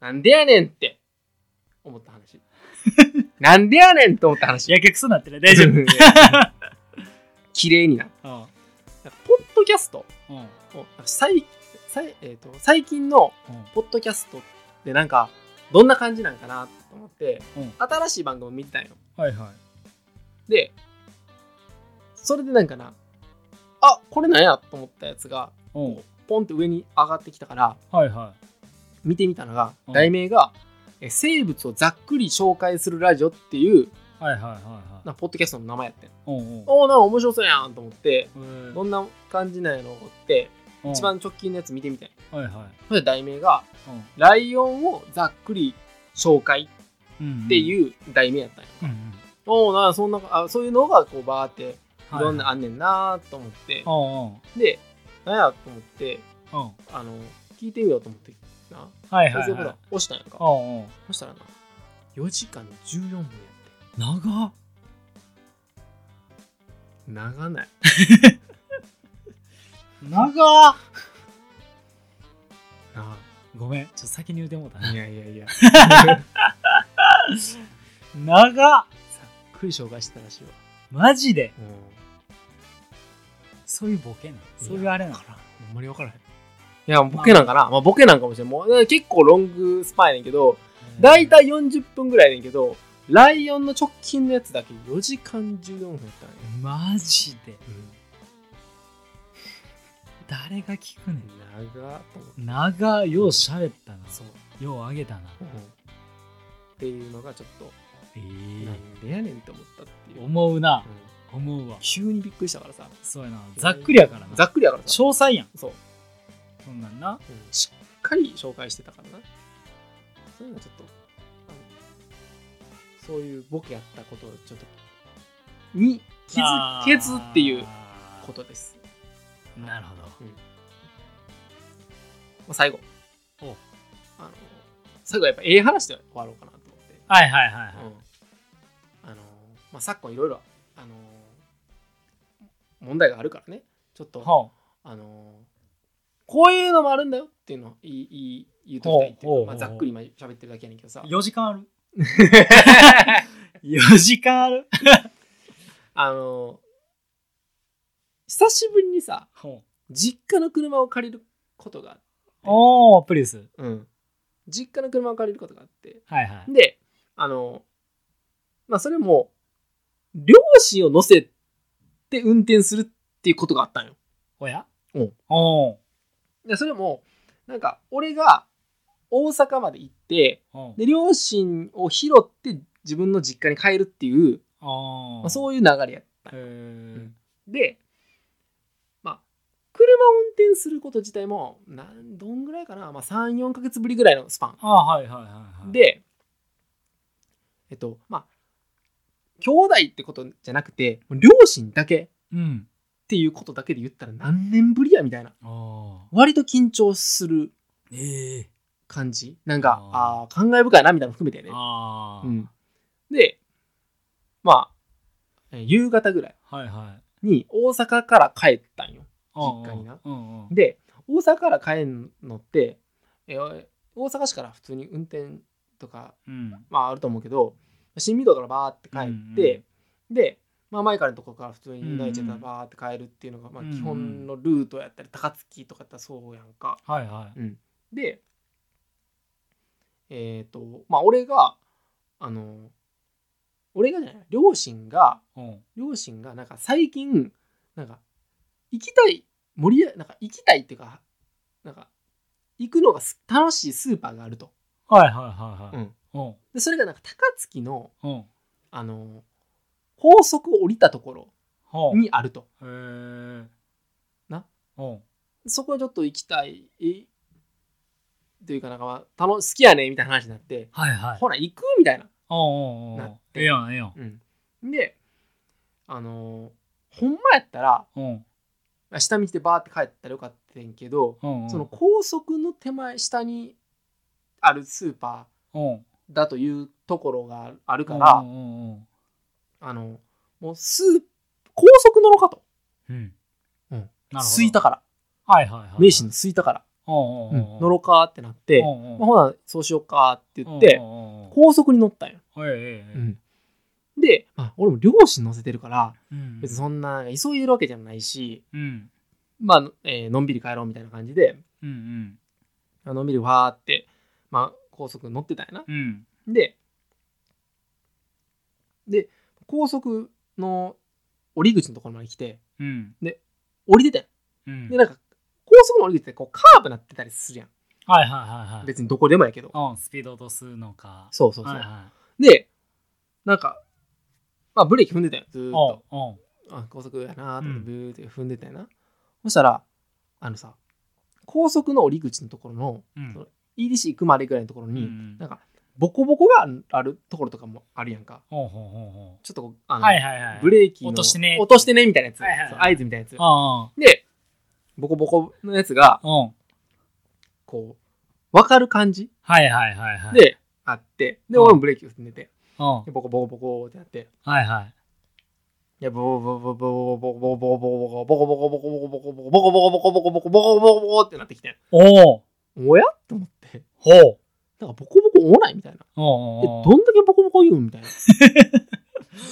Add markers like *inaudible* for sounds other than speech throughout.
なんでやねんって思った *laughs* 話なんでやねんって思った話やけくそになってる大丈綺麗になる夫なんかポッドキャストうんうんを最最,、えー、と最近のうんポッドキャストってなんかどんな感じなんかなと思って、うん新しい番組を見てたんよはいはいでそれでなんかなあこれなんやと思ったやつがうんポンって上に上がってきたからはいは見てみたのが、うん題名が「え生物をざっくり紹介するラジオ」っていういはいはいはいはいなポッドキャストの名前やってんうんうんおおなんか面白そうやんと思ってうんどんな感じなんやろうってうん一番直近のやつ見てみたいはいはそれで題名がいうん「ライオンをざっくり紹介」っってう、いう題名やったんや、うんおおなんかそんなあそういうのがこうバーっていうん、ろんなはいあんねんなーと思って、はいでなんやと思ってうんうんうんあの聞いてみようと思ってなはいは再い生ボはタいン押したんやんかうんうんそしたらな4時間14分やって長っ長ない長 *laughs* っなごめんちょっと先に言うてもうたあいねやいやい *laughs* や長っざっくり紹介してたらしいわマジでうんそういうボケなのそういうあれなのからんほんまに分からへんいやボケなんかな、まあ、ボケなんかもしれんもう結構ロングスパンやねんけど大体40分ぐらいやねんけどライオンの直近のやつだけ4時間14分やったんや、マジで誰が聞くねん長っと思って長っよう喋ったなそう、ようあげたなうんっていうのがちょっとえなんでやねんって思ったっていう、思うなうん思うわ急にびっくりしたからさそうやなざっくりやからなざ詳っくりやからさ細やんそう、そんなんなしっかり紹介してたからなそういうのはちょっとあのそういうボケやったことをちょっとに気づけずっていうあーことです、なるほどまあ、最後おあの最後はやっぱええ話で終わろうかなと思ってはいはいはいはうんあい、のまあ、昨今いろいろあの問題があるからねちょっとほあのこういうのもあるんだよっていうのを言い言い言うときたいっていほううほうか、まあ、ざっくり今喋ってるだけやねんけどさう4時間あ *laughs* る4時間あるあの久しぶりにさほ実家の車を借りることが、うおおプリウスうん、実家の車を借りることがあってはいはいであのまあそれも両親を乗せて運転するっていうことがあったんよおやうんおうでそれもなんか俺が大阪まで行っておうで両親を拾って自分の実家に帰るっていう、おまあ、うそういう流れやったんへよーで、まあ、車を運転すること自体もなんどんぐらいかな、まあ、34ヶ月ぶりぐらいのスパああはいはいはいはンいでえっとまあ兄弟ってことじゃなくてもう両親だけっうんていうことだけで言ったら何年ぶりやみたいなおう割と緊張するええ感じなんかあああー感慨深いなみたいなの含めてねああ、うん、でまあえー夕方ぐらいはいはいに大阪から帰ったんよおうおう実家になうんうんで大阪から帰るのって、えー大阪市から普通に運転とかうんまああると思うけど新御堂からバーって帰って、で、まあ、前からのとこから普通に大ちゃからバーって帰るっていうのが、まあ、うんうん基本のルートやったり高槻とかやったらそうやんか、はいはいでえっ、とまあ俺があの俺がじゃない両親がおう両親がなんか最近なんか行きたい盛り上なんか行きたいっていうかなんか行くのがす楽しいスーパーがあるとはいはいはいはういんおうでそれがなんか高槻のおうあの高速を降りたところおうにあるとへえなおうそこちょっと行きたいえというかなんかまあ楽好きやねみたいな話になって、はいはいほら行くみたいなおうおうなおっうてええやんええやんうん、であのーほんまやったらおう下道でバーって帰ったらよかったんけど、おうその高速の手前下にあるスーパおうーだというところがあるかおらう、おうおうあのもうスー高速乗ろうかとうんなるほど空いたからはいはいはいはい名神の空いたからうんうんうん乗ろうかってなって、うんうんまあ、ほなそうしようかって言っうてんうんうん高速に乗ったんよ、はいはいはいで、まあ、俺も両親乗せてるからうん別にそんな急いでるわけじゃないし、うんまあえーのんびり帰ろうみたいな感じでうんあのんびりわーって、まあ、高速乗ってたんやなうんうんでで高速の降り口のところまで来てうん降りてたんやうんでなんか高速の降り口ってこうカーブなってたりするやんはいはいはいはい別にどこでもやけどうんスピード落とすのかそうそうそう、はいはでなんかまあブレーキ踏んでたんよずーっいとおうあ高速やなーとう思っんてブーって踏んでたんやな、そしたらあのさ高速の降り口のところのおううんそう EDC 行くまでぐらいのところうに、んなんかボコボコがあるところとかもあるやんかほうほうほうほちょっとこうあうの、はいはいはいブレーキの落としてね落としてねみたいなやつ、はいはいはいそう合図みたいなやつあでボコボコのやつがあうんこう分かる感じはいはいはいはいであってでうん俺もブレーキを踏んでてうんはでボコボコボコってなっていはいいやボコボコボコボコボコボコボコボコボコボコボコボコボコボコボコボコボコボコボコボコってなってきておおおやと思ってほうなんかボコボコおないみたいなおえうどおうんだけボコボコ言うんみたいな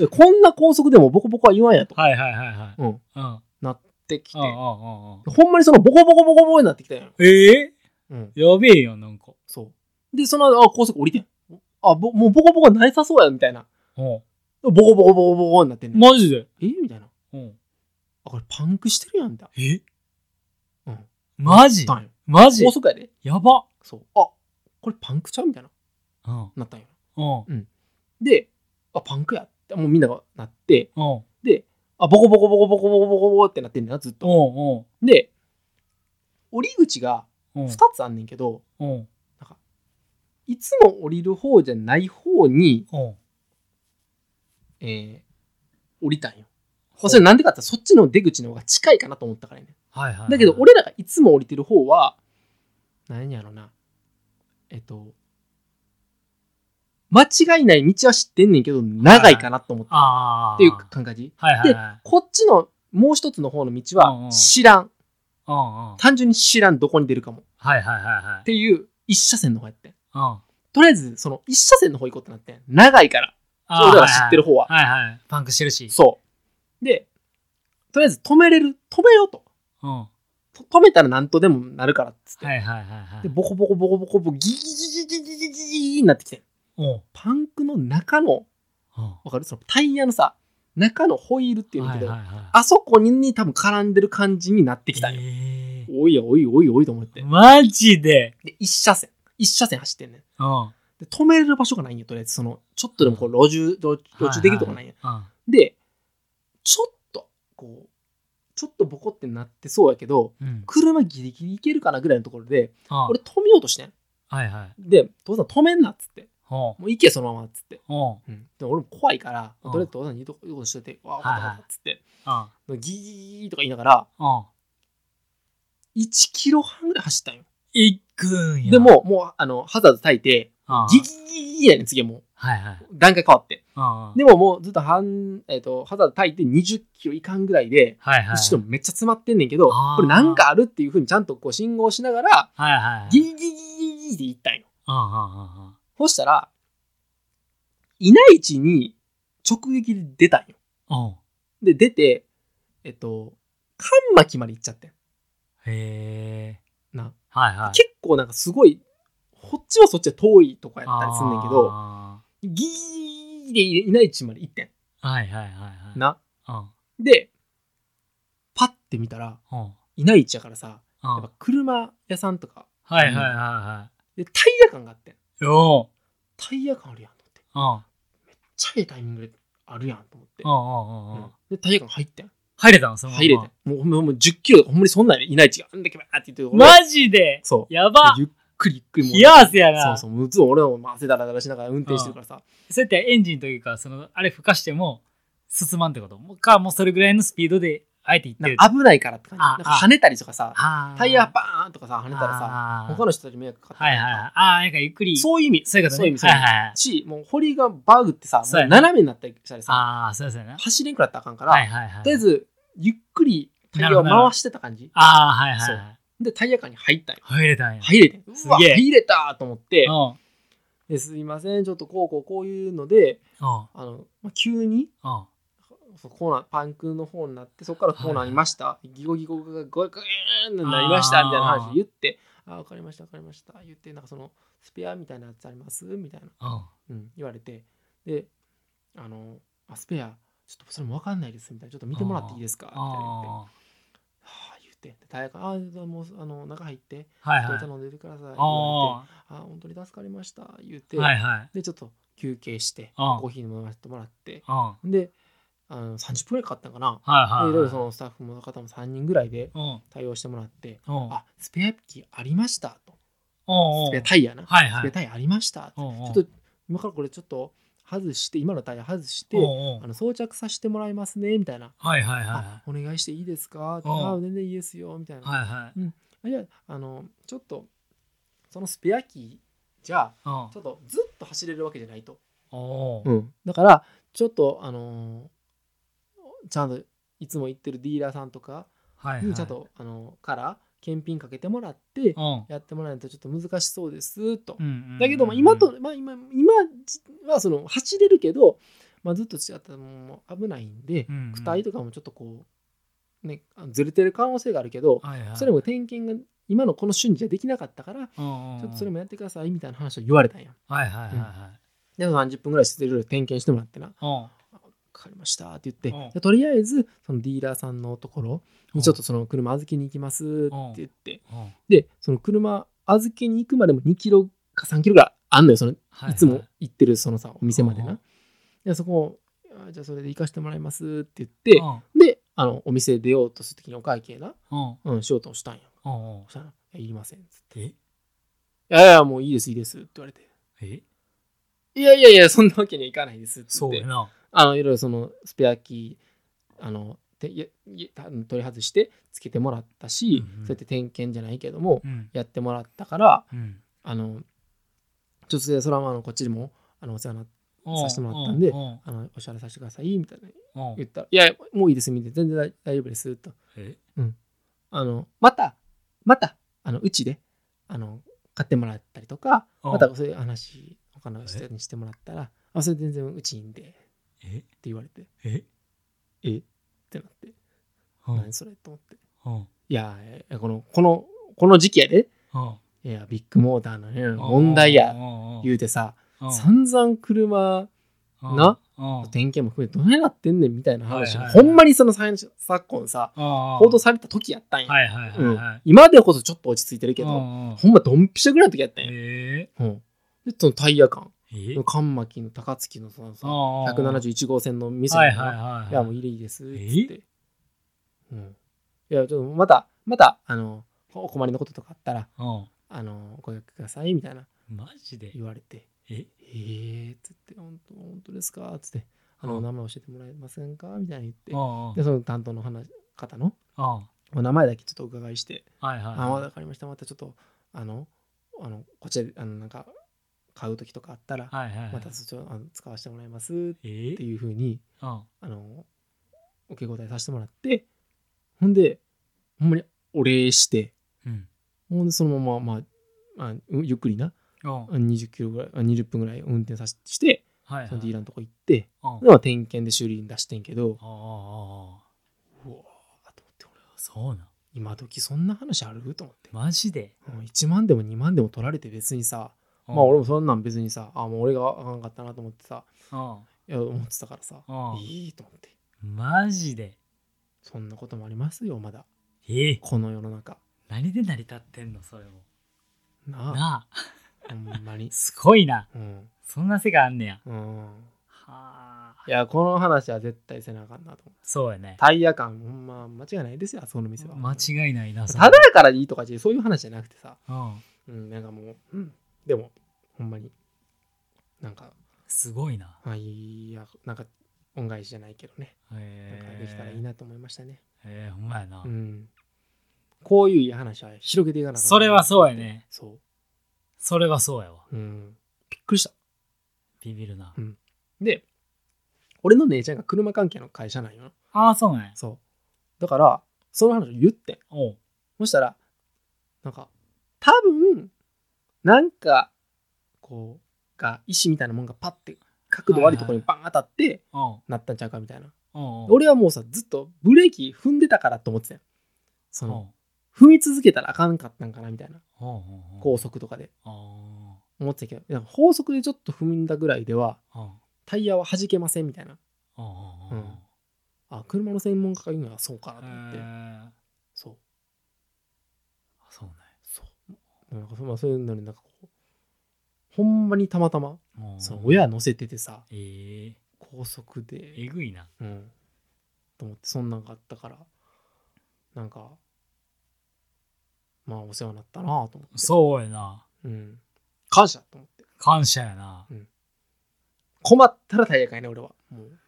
えこんな高速でもボコボコは言わんやとはいはいはいはいうんうんうんなってきてうんうんうんほんまにそのボコボコボコボコになってきたんよええうんやべえよなんかそう。で、その後、あ、高速降りてん。あ、ぼもうボコボコなりさそうや、みたいな。うんボコボコボコボコになってんねんマジでえみたいな。うんあ、これパンクしてるやん、みたいえうんマジな。なんよマジ高速やで。やばそう。あ、これパンクちゃうみたいな。うんなったんよ。うんで、あ、パンクやって、もうみんながなって、うんで、あ、ボコボコボコボコボコボコボコってなってんねんな、ずっと。おで、降り口がうんうん2つあんねんけど、うんいつも降りる方じゃない方に、うんえー降りたんよ。まあそれなんでかって言ったらそっちの出口の方が近いかなと思ったからやねはいはいはいだけど俺らがいつも降りてる方は何やろなえっと間違いない道は知ってんねんけど長いかなと思ったああっていう感じはいはいはいこっちのもう一つの方の道うんうはん知らんうんうん単純に知らんどこに出るかもっはいはいはいはいていう一車線の方やってんうんあとりあえずその一車線の方行こうってなってん長いからー俺らが知ってる方ははいはいはいはいパンクしてるしそうでとりあえず止めれる止めようとうんはと止めたら何とでもなるからっつっいてはいはいはいでボコボコボコボコボコギギギギギギギギギになってきておうパンクの中のうんわかるそのタイヤのさ中のホイールっていうはんだいけど、はいはいあそこに多分絡んでる感じになってきたんよ、えおいおいおいおいと思ってーマジでで一車線一車線走ってんねんうんはで止めれる場所がないんよとりあえずそのちょっとでもこう路中路い路中できるとこないんよ、うんでちょっとこうちょっとボコってなってそうやけどうん車ギリギリいけるかなぐらいのところでうん俺止めようとしてんはいはいで父さん止めんなっつっておうもう行けそのままっつっておううん、でも俺も怖いから、うんとりあえず父さんに言うと言うことしといて、わあ、わかったわかったっつって、うんギーギーギーとか言いながら、うん1キロ半ぐらい走ったんよ。行くんやでも、もう、あの、ハザード焚いて、うんギーギーギーギーやねん、次はも、はいはいう段階変わって。うんうんでももうずっと半、えっ、と、ハザード焚いて20キロいかんぐらいで、はいはい後ろめっちゃ詰まってんねんけど、あこーれなんかあるっていうふうにちゃんとこう信号しながら、はいはいギーギーギーギーで行ったんよ。うんうんうんうんそしたら、いない位置に直撃で出たんよ。おうで、出て、えっと、カンマキまで行っちゃってんへえな。はいはい結構なんかすごい、こっちはそっちは遠いとこやったりすんねんけど、あギーでいない位置まで行ってーはいはいはいはいん。な。うんで、パッて見たら、うんいない位置やからさ、うやっんぱ車屋さんとか、はいはいはいはで、タイヤ感があってん。いおうタイヤ感あるやんと思って。めっうんちゃええタイミングであるやんと思ってう。んうんうんううんんで、タイヤ感入ってん。入れたのそのまま入れてん。もうほんまもう10キロとかほんまにそんなんやでいない位置があんだけばーって言って。俺マジでそう。やばゆっくりゆっくりもう冷や汗やなそうそう、もうずっと俺もまあ汗だらだらしながら運転してるからさ、そうやってエンジンというかそのあれ吹かしても進まんってこともうかもうそれぐらいのスピードであえていってなんるか危ないからって感じ。あなんか跳ねたりとかさ、あータイヤバーンとかさ、跳あねたらさ、ー他の人たちに迷惑かかったはいりはいとか、はいあーなんかゆっくりそういう意味そういうことねそういう意味はいはいはいし、もう堀がバグってさ、もそうやうな斜めになったりしたりさ、ああそうですよね走れんくなったらあかんから、はいはいはいとりあえず、ゆっくりタイヤを回してた感じ。ああはいはいはいで、タイヤ館に入ったんよ。入れたんや。入れてんすうわ、げえ入れたと思ってう、ん。うん。ですいません、ちょっとこうこうこういうので、うん。あの、まあ、急に、うん。そうコーナーパンクの方になってそこからこうなりました、ギコギコがゴイグーンになりましたあーみたいな話言って「ああ分かりました分かりました」言ってなんかそのスペアみたいなやつありますみたいな、うん。うん、言われてで「あのあスペアちょっとそれも分かんないです」みたいな「ちょっと見てもらっていいですか」みたいな言って「はああ」言って「大学ああもうあの中入ってあ。はいちょっとはお茶。飲いんでてください」言われてあ「ああ本当に助かりました」言って、あ。はいはい。でちょっと休憩してあーコーヒー飲ませてもらってうん。はいであの30分ぐらいかかったのかなはい。でいろいろそのスタッフの方も3人ぐらいでうん。うん。対応してもらって、うん。あスペア機ありましたと、うん。スペアタイヤな、はいスはペアい。タイヤありましたうと、んうんちょっと今からこれちょっと外して、今のタイヤ外して、うんうあんの装着させてもらいますねみたいな、はいはいはい。あお願いしていいですか、うんあ全然いいですよみたいな、はいはい。あじゃああのちょっとそのスペア機じゃうん。ちょっとずっと走れるわけじゃないと、おーだからちょっとあのーちゃんといつも行ってるディーラーさんとかはいはい。にちゃんとあのから検品かけてもらってうん。やってもらえないとちょっと難しそうですとう。ん。だけども今と、まあ、今今はその走れるけど、まあ、ずっと違ったらもう危ないんでうんうん、躯体とかもちょっとこう、ね、あのずれてる可能性があるけどはいはい。それも点検が今のこの瞬時はできなかったからちうんうんうん、ょっとそれもやってくださいみたいな話を言われたんや。はいはいはいはい。で30分ぐらいしてる点検してもらってな。うんわかりましたって言うんって、でとりあえずそのディーラーさんのところうんにちょっとその車預けに行きますって言って、うんでその車預けに行くまでも2キロか3キロぐらいあんのよそのいはいつも行ってるそのさお店までうんな。でそこをあじゃあそれで行かしてもらいますって言って、であのお店出ようとする時にお会計な、うんうんうん、しようとしたんよ。うんうんそしたら「いやいりません」っつってえ「いやいやもういいですいいです」って言われてえ「いやいやいやそんなわけにはいかないです」って言そっうてや。な。あのいろいろそのスペアキーあのていやいやた取り外してつけてもらったし、うんうんそうやって点検じゃないけども、うん。やってもらったからうん。あのちょっとそれはあのこっちでもあのお世話になさせてもらったんうでうんあのお支払いさせてくださいみたいなうん言ったら「いやもういいです」みたいな「全然大大丈夫です」とえ「あのまたまたあのうちであの買ってもらったりとかうんまたそういう話他の人にしてもらったら「あそれ全然うちいいんで」ってえ言われてえ「えっ?」てなって。うん何それと思って。うんいや、えこの、この、この時期やで。うんいや、ビッグモーターのね、問題や。言うてさ、散々車、なうん。点検も含めてどないなってんねんみたいな話はが、いはいはほいんまにその最初昨今さ、報報道された時やったんや。はいはいはういんはい。今でこそちょっと落ち着いてるけうど、んうんほんまドンピシャぐらいの時やったんや。えうんで、そのタイヤ感、え缶巻きの高槻のそのさ、 171 171号線の店はいのはいはい。いや、もういいです。つって。うん。いや、ちょっとまた、また、あの、お困りのこととかあったら、うん。あの、お声掛けください、みたいなマジで言われて、ええー、つって、本当本当ですかつって、あの、うおん名前教えてもらえませんかみたいな言ってう、んうん。で、その担当の話方のうんはお名前だけちょっとお伺いして、いはいあ、わはかりました、またちょっと、あの、あの、こちらで、あの、なんか、買う時とかあったら、い。はいはいはい。またそっちをあの使わせてもらいますえっていうふうにうん。あの、受け答えさせてもらって、ほんで、ほんまにお礼して、うん。ほんでそのまま、まあ、まあ、うんゆっくりな、うん。はい20キロぐらい、あ20分ぐらい運転させして、はい。そのディーラーのとこ行って、うんでまあ点検で修理に出してんけど、ああああああうわーと思って、俺そうなん今時そんな話あると思って。マジで、もう1万でも2万でも取られて別にさ、まあ俺もそんなん別にさ、あもう俺があかんかったなと思ってさ、も、いや思ってたからさ、うんうんいいと思って。マジでそんなこともありますよ、まだ。ええこの世の中。何で成り立ってんのそれもなあ。なあほんまに。すごいなうん。そんな世界あんねやうん。はあいや、この話は絶対せなあかんなと思う。そうやねタイヤ感、ほんま間違いないですよ、あそこの店は。間違いないなそれただやからいいとかじゃ、そういう話じゃなくてさ。うんうん、なんかもう、うん。でも、ほんまに。なんか、すごいなあいや、なんか、恩返しじゃないけどね。なんかええできたらいいなと思いましたね。ええほんまやな、うん。こういう話は広げていかなあかんなそれはそうやね。そそれはそうやわう。うん。びっくりした。ビビるな、うんで、俺の姉ちゃんが車関係の会社なんよな。ああそうなんやそう。だから、その話を言ってんおうそしたら、なんか、多分、なんか、こう、が、石みたいなもんがパッて、角度悪いところにバン当たって、うんなったんちゃうかみたいな。うん俺はもうさ、ずっとブレーキ踏んでたからと思ってたよ。そうんの、踏み続けたらあかんかったんかなみたいな。うんうん高速とかで。うん思ってたけど、でも法則でちょっと踏んだぐらいでは、うんタイヤは弾けませんみたいな。うんうんうんあ、車の専門家が言うのはそうかなと思って。へーそう。そうねそう。なんかそまあそういうのになんかこう、ほんまにたまたま、うんその親乗せててさ、えー高速で、えぐいなうん。と思って、そんなんがあったから、なんか、まあお世話になったなと思って。そうやなうん。感謝と思って。感謝やな困ったらタイヤ買いね、俺は。もう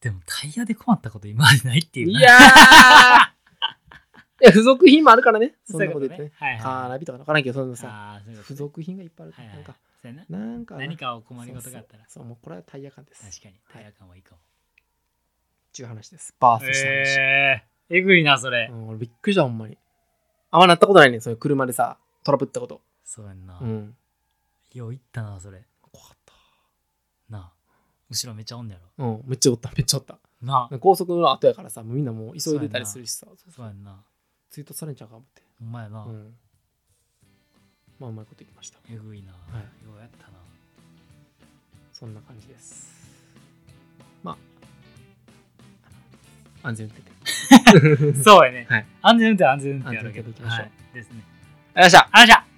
でもタイヤで困ったこと今までないっていう *laughs* いなやーいや、付属品もあるからね。そんなこと言ってね。はいはいカーナビとかわからんけど、そんなさ、あーそういうこと付属品がいっぱいある。はいはいなんか、そうやななんかな、何かお困りごとがあったらそうそうそう、もうこれはタイヤ感です。確かにタイヤ感はいいかもっていう話です。バースした話。えーえぐいなそれうん、俺びっくりした、ほんまに。あんまなったことないね、そういう車でさ、トラブったこと。そうやんなうん。よう言ったなそれ怖かっなあ後ろめっちゃおんねやろた。うん、めっちゃおった、めっちゃおった。なあ高速の後やからさ、もうみんなもう急いでたりするしさ、そうやんなツイートされんちゃうか思って。ほんまやな、うん。まあ、うまいこといきました。えぐいな、いようやったなそんな感じです。まああの、安全運転で。そうやね、はい安全運転は安全運転やるけど安全運転でいきましょうはい、ですねありがとうございましたあらじゃあ